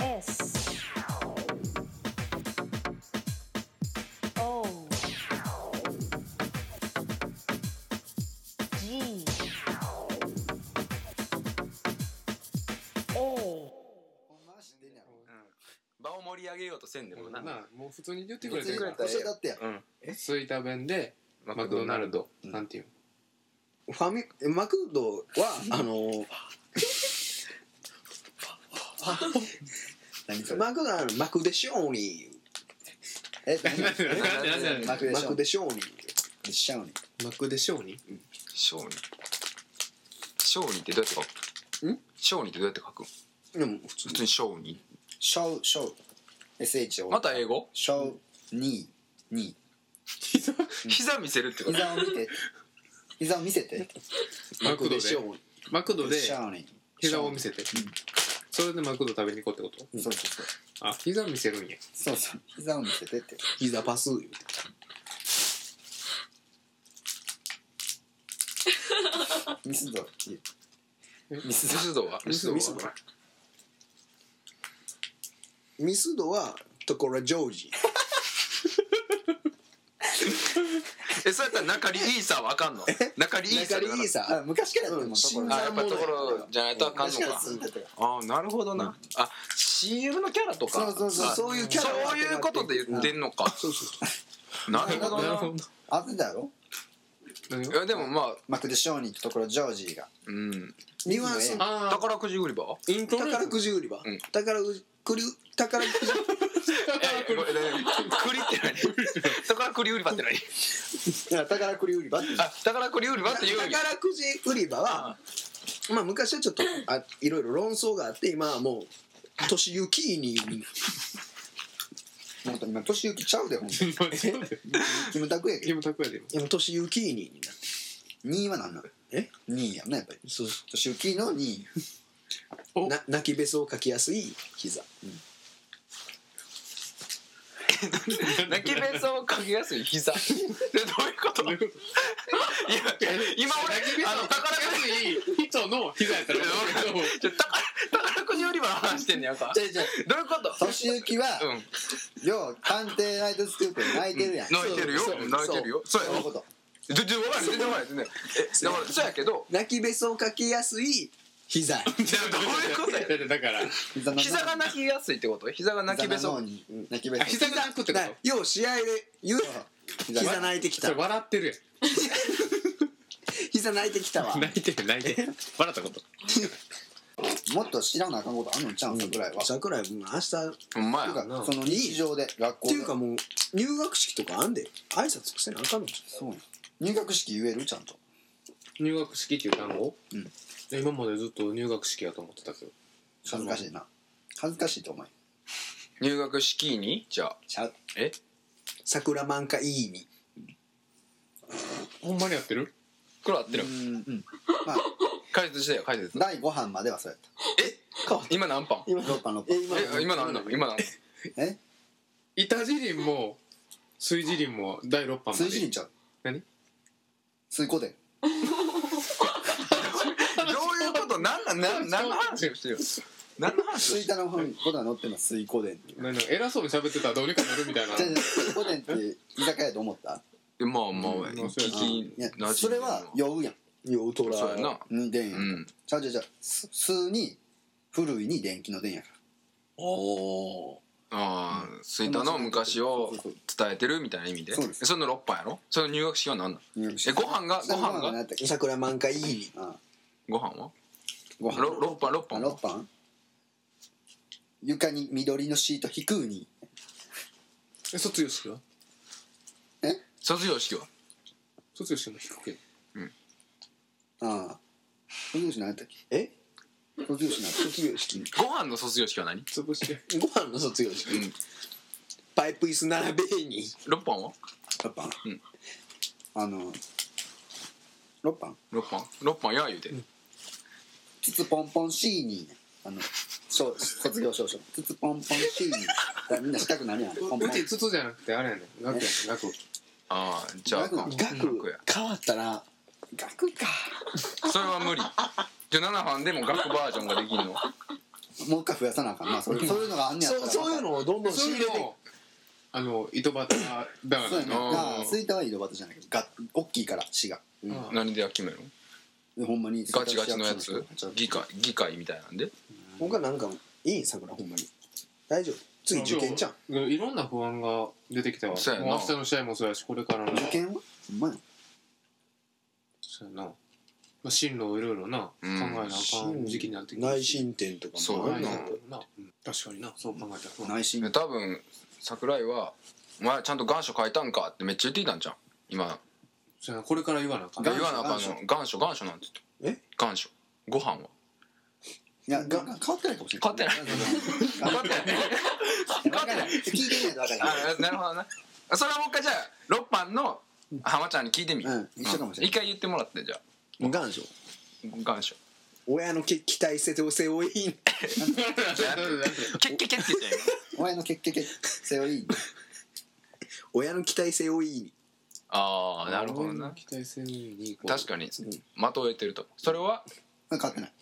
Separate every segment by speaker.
Speaker 1: S O G A
Speaker 2: 回してんねやろ
Speaker 3: 場を盛り上げようとせんでもな、
Speaker 4: なあもう普通に言ってくれ
Speaker 2: 別
Speaker 4: て
Speaker 2: に
Speaker 4: る
Speaker 2: 教えたってやん
Speaker 3: うん
Speaker 4: 吹田弁でマクドナルド
Speaker 3: うん
Speaker 4: なんていう
Speaker 5: ファミえマクドはあの
Speaker 2: 何それ
Speaker 5: マクドナルドマクデショーニ
Speaker 2: え何
Speaker 4: の
Speaker 3: 何何
Speaker 2: マクで
Speaker 5: マ
Speaker 2: しょ
Speaker 5: クデショーニ
Speaker 2: でしちゃうね
Speaker 4: マクでしょうに
Speaker 3: 小児小児ってどうやって書く
Speaker 5: ん
Speaker 3: 小児ってどうやって書く
Speaker 5: でも普通
Speaker 3: 普通に小児
Speaker 2: ショウショウ SH を
Speaker 3: また英語
Speaker 2: ショウニーニ
Speaker 3: 膝見せるってこ
Speaker 2: ー
Speaker 3: と
Speaker 2: 膝を見て膝を見せて
Speaker 4: マクドで
Speaker 5: ショーニ
Speaker 4: マクドで
Speaker 2: シャーニー
Speaker 4: 膝を見せてそれでマクド食べに行こうってこ
Speaker 2: うんそうそうそう
Speaker 4: とあ膝見せるんや
Speaker 2: そうそう膝を見せてって
Speaker 5: 膝パス言う て
Speaker 2: ミスドミ
Speaker 3: ミ
Speaker 2: スド
Speaker 3: スドは
Speaker 4: ミスドは
Speaker 3: ミスドは
Speaker 5: ミスドはところはジョージ
Speaker 3: えそうやったら中里イーサーはあかんの中里イーサ
Speaker 5: 中
Speaker 3: ーでな
Speaker 5: 里イ
Speaker 3: かっ
Speaker 5: ーサ
Speaker 2: あ昔からやってるもんとこ
Speaker 5: うん
Speaker 2: ろ
Speaker 3: たあやっぱところじゃないとあかんの
Speaker 2: 昔から
Speaker 3: か
Speaker 2: 住んでたよ
Speaker 3: ああなるほどな、あ CM のキャラとか
Speaker 2: そうそうそう
Speaker 3: あ
Speaker 5: そういうキャラ
Speaker 3: そういうことで言ってんのか、
Speaker 5: そうそうそう
Speaker 3: なるほど
Speaker 4: なる
Speaker 3: な
Speaker 4: ほど
Speaker 2: あってたよ
Speaker 4: 何
Speaker 3: い
Speaker 4: が
Speaker 3: やでもまあ
Speaker 2: マクでショーニーってところジョージーが
Speaker 3: うん
Speaker 5: ニュアンス
Speaker 4: ああ
Speaker 3: 宝くじ売り場
Speaker 4: イントネーショ
Speaker 5: 宝
Speaker 4: ン
Speaker 5: くじ売り場
Speaker 3: うん
Speaker 5: 宝くじ宝くじ
Speaker 3: えこれ栗って何宝くじ売り場って何
Speaker 2: いや宝くじ売り場って
Speaker 3: あ宝くじ売り場って 言うんや
Speaker 5: 宝くじ売り場はまあ昔はちょっとあいろいろ論争があって今はもう年ゆきに
Speaker 2: なんか今年行きちゃうで ほんとにキムタクやけど
Speaker 4: キムタクやで今
Speaker 5: 年ゆきになって
Speaker 2: 2位は何なの
Speaker 5: え
Speaker 2: ?2 位やんなやっぱり
Speaker 5: そう
Speaker 2: 年行きの2位
Speaker 4: お
Speaker 5: な泣きべそをかきやすい膝
Speaker 3: 泣きべそをかけやすい 膝でどういう こといや今俺あの宝くじ
Speaker 4: いい人の膝やったら
Speaker 3: ちょ宝宝くじ売り場の話してんねやんか
Speaker 2: じゃじゃ
Speaker 3: どういうこと
Speaker 2: 年行きは
Speaker 3: うん
Speaker 2: よう探偵ナイトスクープで泣いてるやん
Speaker 3: 泣いてるよ
Speaker 2: そう
Speaker 3: 泣いてるよそうや
Speaker 2: そういうこ
Speaker 3: ろ
Speaker 2: と
Speaker 3: 全然分からへん全然分からへん全然えだからそうやけど
Speaker 5: 泣きべそをかきやすい膝
Speaker 3: いやどういうことや
Speaker 4: だから
Speaker 2: 膝の
Speaker 3: 膝が泣きやすいってこと膝が泣きべそ
Speaker 2: 膝の脳に泣きべそ
Speaker 4: 膝が泣くってこ
Speaker 5: だよう試合で言う
Speaker 2: 膝
Speaker 5: 膝
Speaker 2: が
Speaker 5: 泣いてき
Speaker 4: と
Speaker 5: た
Speaker 4: それ笑ってる
Speaker 5: 膝泣いてきたわ
Speaker 4: やん泣いてる泣いてる笑ったこと
Speaker 2: もっと知らなあかんことあんのちゃうん桜井はっ
Speaker 5: 桜井もう明日って
Speaker 3: ほんま
Speaker 2: ていう
Speaker 3: や
Speaker 2: かその日常で学校で
Speaker 5: いうかもう入学式とかあんで挨拶せなあかんの
Speaker 2: そうなん入学式言えるちゃんと
Speaker 4: 入学式っていう単語
Speaker 2: うん
Speaker 4: 今までずっと入学式やと思ってたけど
Speaker 2: 恥ずかしいな恥ずかしいと思う
Speaker 3: 入学式にじゃあ
Speaker 2: ちゃう
Speaker 3: え
Speaker 5: 桜満開いいに
Speaker 4: ほんまにやってる
Speaker 3: これ合って
Speaker 2: う
Speaker 3: る
Speaker 2: んうんまあ
Speaker 3: 解説してよ解説
Speaker 2: 第5版まではそうやっ
Speaker 3: え今何パン
Speaker 2: た6版6
Speaker 5: え
Speaker 2: 版
Speaker 5: 今
Speaker 3: え今何なの今何なの
Speaker 2: え
Speaker 4: 板辞林も水辞林も第六版まで
Speaker 2: 水人ちゃう
Speaker 4: 何
Speaker 2: 水湖で
Speaker 3: どういうこと何なんなん何の話をしてる何の話を
Speaker 2: 水
Speaker 3: してる
Speaker 2: 田の本ことが載ってるのは水湖で
Speaker 4: なんか偉そうに喋ってたらどうにかなる みたいな
Speaker 2: じゃあ水湖でって居酒屋やと思った
Speaker 3: えまあまあ
Speaker 4: うん
Speaker 3: 聞き
Speaker 2: いや
Speaker 3: 馴染んでるな
Speaker 2: それは酔うやん
Speaker 5: ようとら
Speaker 3: そうやな
Speaker 2: に電や
Speaker 3: うんん
Speaker 2: ちゃうちゃうちゃうす数に古いに電気の電やから
Speaker 5: おー
Speaker 3: ああ吹田の昔を伝えてるみたいな意味で
Speaker 2: そうです
Speaker 3: えその6班やろその入学式は何なの
Speaker 2: 入学式
Speaker 3: えご飯が
Speaker 2: 下の
Speaker 3: ご飯が
Speaker 2: 何やったっけ
Speaker 5: 桜満開いいに
Speaker 2: あ
Speaker 3: ご飯は
Speaker 2: ご飯
Speaker 3: ろ六班六班
Speaker 2: 6番床に緑のシート引くに
Speaker 4: え卒業式は
Speaker 3: 卒業式は
Speaker 4: 卒業式も低くけど
Speaker 2: ああ卒業式何やったっけ
Speaker 5: え
Speaker 2: 卒業式何やったっ
Speaker 5: 卒業式
Speaker 3: ご飯の卒業式は何
Speaker 4: 潰 して
Speaker 5: ご飯の卒業式、
Speaker 3: うん
Speaker 5: パイプ椅子並べえに
Speaker 3: 6班は
Speaker 2: け6番
Speaker 3: うん
Speaker 2: あの6番
Speaker 3: 六班六班や言うて
Speaker 2: つつぽんぽんシーニーあの小卒業証書つつぽんぽんシーニーだからみんなしたくなるやんポンポ
Speaker 4: う
Speaker 2: ン
Speaker 4: ち筒じゃなくてあれやねん楽やねん楽
Speaker 3: ああじゃあ
Speaker 2: 学
Speaker 3: あかん
Speaker 5: 額
Speaker 3: 学や
Speaker 5: 変わったら
Speaker 2: 学位か
Speaker 3: それは無理じゃあ7班でも学バージョンができるの
Speaker 2: もう一回増やさなあかんなそれそういうのがあんねやった
Speaker 5: そ
Speaker 2: ら
Speaker 5: うそういうのをどんどん
Speaker 4: そう
Speaker 5: 仕入
Speaker 4: い
Speaker 5: れ
Speaker 4: う
Speaker 5: て
Speaker 4: のをあの井戸端だか
Speaker 2: そう
Speaker 4: ら
Speaker 2: やねな
Speaker 4: な
Speaker 2: あスイタは井戸端じゃないけどが大きいから市が、うん
Speaker 4: うん
Speaker 3: 何で決めるの
Speaker 2: でほんまに
Speaker 3: ガチガチのやつ
Speaker 2: ガチガチ
Speaker 3: 議会議会みたいなんで
Speaker 5: 他なんかいい桜ほんまに大丈夫次受験じゃん
Speaker 4: うんいろんな不安が出てきたわ
Speaker 3: そうやな
Speaker 4: もう明日の試合もそうやしこれからの
Speaker 2: 受験はほんまや
Speaker 4: そうやな、まあ、進路をいろいろな、
Speaker 3: うん
Speaker 4: 考えなあかん時期になってき
Speaker 5: 内申点とか
Speaker 3: そう
Speaker 5: もあ
Speaker 4: 内
Speaker 5: る
Speaker 4: 心
Speaker 5: な
Speaker 4: なうん確かになそう考えたら不安
Speaker 2: 内心
Speaker 3: で多分桜井は「お前ちゃんと願書書いたんか?」ってめっちゃ言ってきたんじゃん今
Speaker 4: そうやなこれから言わなあかん
Speaker 2: 願
Speaker 3: 言
Speaker 2: 書
Speaker 3: わなあかんの願書願書なんて言って
Speaker 5: え
Speaker 3: 願書ご飯はい
Speaker 2: やが変わってないかもしれない
Speaker 3: 変わ
Speaker 2: 変わってない変わってない聞いてみないとわからない
Speaker 3: あなるほどねそれはもう一回じゃあ6番の浜ちゃんに聞いてみ
Speaker 2: うん一緒かもしれない
Speaker 3: 一回言ってもらってじゃあ
Speaker 5: 願書
Speaker 3: 願書
Speaker 5: 親のけ期待せて背負い
Speaker 3: ケッケケッって言ったんや
Speaker 2: 親の結局セオリー
Speaker 5: 親の期待背負い
Speaker 3: ああなるほどな
Speaker 4: 期待せずに
Speaker 3: 確か
Speaker 4: か
Speaker 3: にまとえてるとそれは
Speaker 2: 変わってない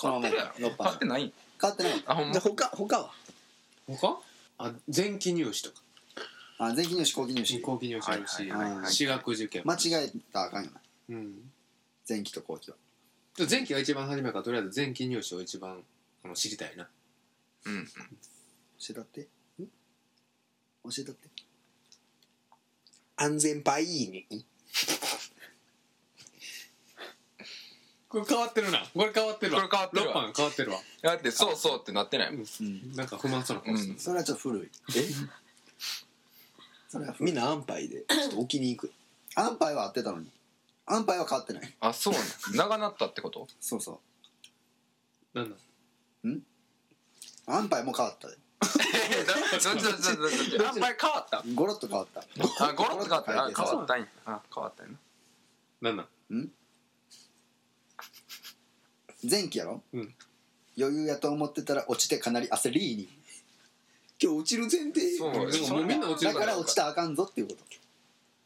Speaker 3: 変わってるや
Speaker 2: このまま六
Speaker 3: ろ変わ
Speaker 2: 番
Speaker 3: ってない
Speaker 2: 変わってない
Speaker 3: あほん
Speaker 5: で
Speaker 3: ま
Speaker 5: 他他は
Speaker 4: に他あ前期入試とか
Speaker 2: あ前期入試後期入
Speaker 4: 新
Speaker 2: 試
Speaker 4: 興期入試あるし、
Speaker 3: はい
Speaker 2: はいはいはい
Speaker 4: 私学受験、
Speaker 2: 間違えたらあかんよな
Speaker 4: うん、
Speaker 2: 前期と後期は
Speaker 4: 前期が一番初めからとりあえず前期入試を一番あの知りたいな
Speaker 3: うん
Speaker 2: 教えたってん教えたって
Speaker 5: 安全パイーニ
Speaker 4: これ変わってるなこれ変わってるわ
Speaker 3: これ変わってるわ
Speaker 4: 6番変わってるわ
Speaker 3: だってそうそうってなってないもん
Speaker 2: うん
Speaker 4: なんか不満そうな顔してる、
Speaker 3: うん
Speaker 2: それはちょっと古い
Speaker 5: え
Speaker 2: それは古
Speaker 5: み
Speaker 2: い
Speaker 5: んな安パイでちょっと置きに行く
Speaker 2: アンパイは合ってたのにアンパイは変わってない
Speaker 3: あそうなん長なったってこと
Speaker 2: そうそ
Speaker 4: なんだ
Speaker 2: うアンパイも変わったで
Speaker 3: ちょちょちょちょちょあんまり変わった
Speaker 2: ゴロッと変わった
Speaker 3: あゴロッと変わったあ
Speaker 2: 変
Speaker 3: 変
Speaker 2: わ
Speaker 3: わったんやあ変わったんや
Speaker 4: なんだ
Speaker 2: 前期やろ、
Speaker 4: うん
Speaker 2: 余裕やと思ってたら落ちてかなり焦りに
Speaker 5: 今日落ちる前提
Speaker 3: そう
Speaker 4: でももうみんな落ちる
Speaker 2: だから落ちたらあかんぞっていうこと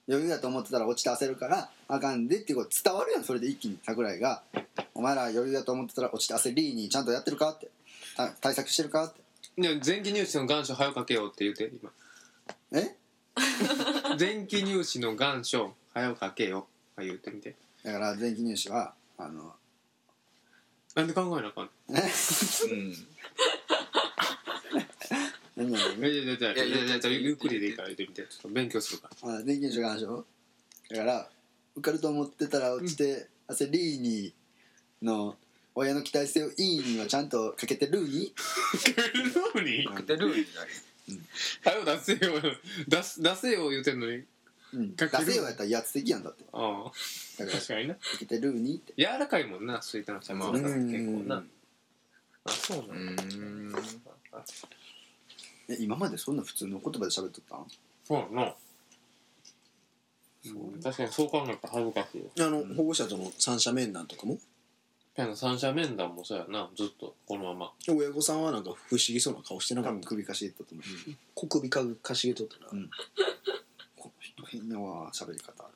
Speaker 2: 余裕やと思ってたら落ちて焦るからあかんでっていうこと伝わるやんそれで一気に桜井が「お前ら余裕やと思ってたら落ちて焦りにちゃんとやってるか?」ってた対策してるかって
Speaker 4: でも前期入試の願書早かけようって言うて今
Speaker 2: え
Speaker 4: 前期入試の願書早かけよう言うてみて
Speaker 2: だから前期入試はあの
Speaker 4: なんで考えなあかんの
Speaker 3: うん
Speaker 2: 何々
Speaker 4: いやいやいやいやいやいやいやいやゆっくりでいいから言ってみてちょっと勉強するから
Speaker 2: あ電気の話をだから受かると思ってたら落ちて、あせリーニーの親の期待性をいいにはちゃんとかけてるに
Speaker 4: ルーに
Speaker 3: かけてるんじゃない
Speaker 4: 早出せよ出す出せよ言うてんのに
Speaker 2: うん出
Speaker 4: かける
Speaker 2: せよやったら威圧的やんだって
Speaker 4: あ
Speaker 2: だ
Speaker 4: あ
Speaker 2: から
Speaker 4: 確かにな
Speaker 2: かけてるにって
Speaker 4: 柔らかいもんなスイートのチャンス
Speaker 5: まあ
Speaker 4: 結構
Speaker 5: う
Speaker 4: なんあそうな
Speaker 3: うん
Speaker 4: だ
Speaker 3: ん
Speaker 2: え今までそんな普通の言葉で喋っとったん
Speaker 4: そうやなうん確かにそう考えたら恥ずかしいよ
Speaker 5: あの保護者との三者面談とかも
Speaker 4: ペンの三者面談もそうやなずっとこのまま
Speaker 5: 親御さんはなんか不思議そうな顔してな
Speaker 2: 多
Speaker 5: かっ
Speaker 2: 分
Speaker 5: た
Speaker 2: 首かしげとったと思う、
Speaker 5: 小首かかしげとったな
Speaker 2: この人変なわ喋り方
Speaker 5: こ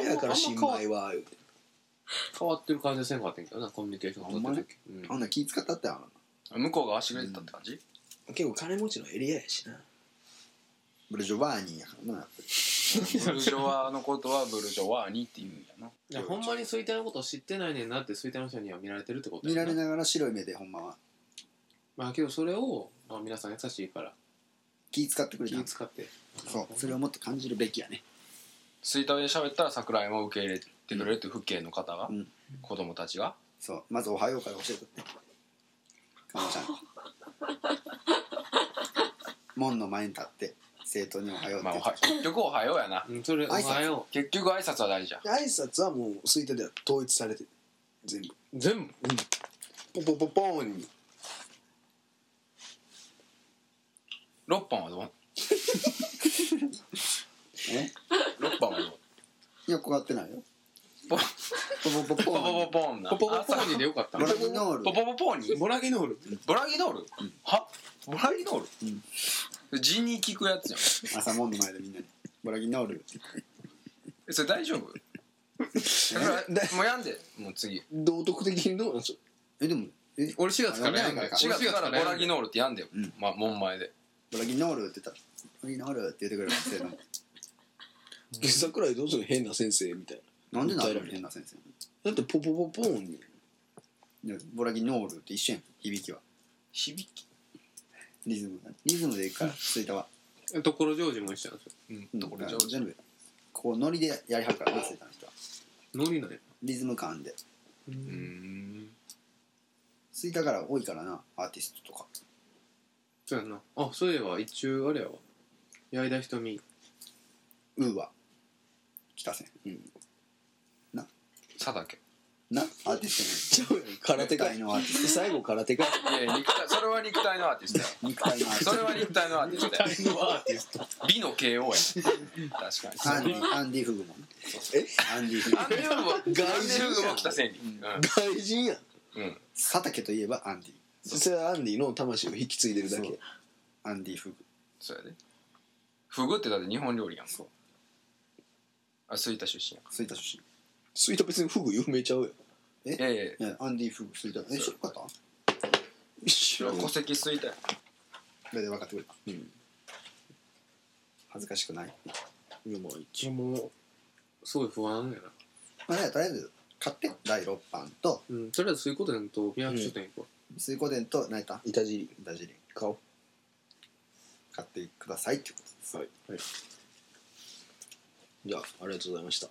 Speaker 5: れやから新米は
Speaker 4: 変わってる感じはせんかったんやけどなコミュニケーション取ってる時うん
Speaker 2: あんな気使ったってあん
Speaker 3: 向こうが足が出たって感じ
Speaker 5: 結構金持ちのエリアやしな
Speaker 2: ブルジョワーニーやからなやっぱり
Speaker 3: ブルジョワのことはブルジョワーニって言うんやない
Speaker 4: やほんまに衰退のことを知ってないねんなって衰退の人には見られてるってこと
Speaker 2: 見られ
Speaker 4: い
Speaker 2: ながら白い目でほんまは
Speaker 4: まあけどそれを、まあ、皆さん優しいから
Speaker 2: 気使ってくれ
Speaker 4: 気
Speaker 2: た
Speaker 4: を
Speaker 2: ん
Speaker 4: 使って
Speaker 2: そうそれをもっと感じるべきやね
Speaker 3: 吹田で喋ったら桜井も受け入れてくれるっていう父兄の方が
Speaker 2: うん
Speaker 3: 子供たちが
Speaker 2: そうまず「おはよう」から教えとってかのちゃん門の前に立って生徒に「おはよう」って
Speaker 3: まあお
Speaker 2: 言っ
Speaker 3: は結局おはようやな
Speaker 4: うんそれお
Speaker 2: 挨拶
Speaker 4: はよ
Speaker 3: 結局挨拶は大事じゃん
Speaker 5: 挨拶はもう推定では統一されてる全部
Speaker 4: う全部
Speaker 5: ポポポポーンに
Speaker 3: 6番はどう
Speaker 2: てね
Speaker 3: 6番はどう
Speaker 2: いやこがってないよ
Speaker 3: ポ
Speaker 2: ポポポポ
Speaker 3: ポポポ
Speaker 2: ン
Speaker 3: ポンな
Speaker 4: ポポポポーニーでよかった
Speaker 2: ボラギノール
Speaker 3: ポポポポーニ
Speaker 4: ボラギノール
Speaker 3: ボラギノールはボラギノール地に聞くやつやん
Speaker 2: 朝門の前でみんなに「ボラギノール」って
Speaker 3: えそれ大丈夫だからもうやんでもう次
Speaker 5: 道徳的にどうなんですか
Speaker 2: えでもえ
Speaker 4: 俺4月からやんねん
Speaker 2: あ
Speaker 3: 4月からボラギ
Speaker 4: の
Speaker 3: ノールってやんでよ、
Speaker 2: うん
Speaker 3: まあ門前で
Speaker 2: ボラギノールって言ったらボラギノールって言ってくれる先生の
Speaker 5: 桜井どうする変な先生みたい
Speaker 2: なんでな
Speaker 5: 訴えら
Speaker 2: る
Speaker 5: れ
Speaker 2: の
Speaker 5: る
Speaker 2: 変な先生
Speaker 5: なだってポポポポーンに
Speaker 2: でボラギノールって一緒やん響きは
Speaker 3: 響き
Speaker 2: リズムがリズムでいくからついたは
Speaker 4: ところジョージも一緒なんですよ
Speaker 3: うん
Speaker 2: うん
Speaker 3: ところ上手
Speaker 2: 全部こうノリでやりはるからなついたの人は
Speaker 4: ノリなんや
Speaker 2: リズム感で
Speaker 3: うん
Speaker 2: ついたから多いからなアーティストとか
Speaker 4: そうやんなあそういえば一応あれやわ矢井田瞳
Speaker 2: ウーは北線
Speaker 3: 佐竹
Speaker 2: なアーティス
Speaker 5: ちゃうやん空手
Speaker 2: ト
Speaker 5: か
Speaker 2: ののアーティス
Speaker 5: 最後空手か
Speaker 3: いやいや肉体それは肉体のアーティストや
Speaker 2: ト 肉体のアーティス
Speaker 3: それは肉体のアーティストや
Speaker 4: のアーティスト
Speaker 3: 美の KO や確かに
Speaker 2: トアンディアンディフグもね
Speaker 5: え
Speaker 2: アンディフグ
Speaker 3: アンデューもアンデューも北千里
Speaker 5: 外人やん
Speaker 3: うんうん
Speaker 2: 佐竹といえばアンディ
Speaker 5: それはアンディの魂を引き継いでるだ
Speaker 2: そう
Speaker 5: け
Speaker 2: アンディフグ
Speaker 3: そうやでフグってだって日本料理やんかあ吹田出身やんか
Speaker 2: 吹田出身
Speaker 5: スイート別にフグ有名ちゃうやん
Speaker 3: いやいやい
Speaker 2: いやアンディフグ吹田え知らんかった
Speaker 5: 知
Speaker 3: や
Speaker 5: ん
Speaker 3: 戸籍吹田やん
Speaker 2: それで分かってくれた
Speaker 5: うん
Speaker 2: 恥ずかしくない
Speaker 5: いやまあ一
Speaker 4: もうすごい不安やな
Speaker 2: まあねとりあえず買って第6版と
Speaker 4: うんとりあえずそういうことやんと宮城書店行こ
Speaker 2: 水光伝と何やった
Speaker 5: 応板尻
Speaker 2: ダジリン
Speaker 5: 顔
Speaker 2: 買ってくださいってことです
Speaker 5: はいじゃあありがとうございました
Speaker 4: う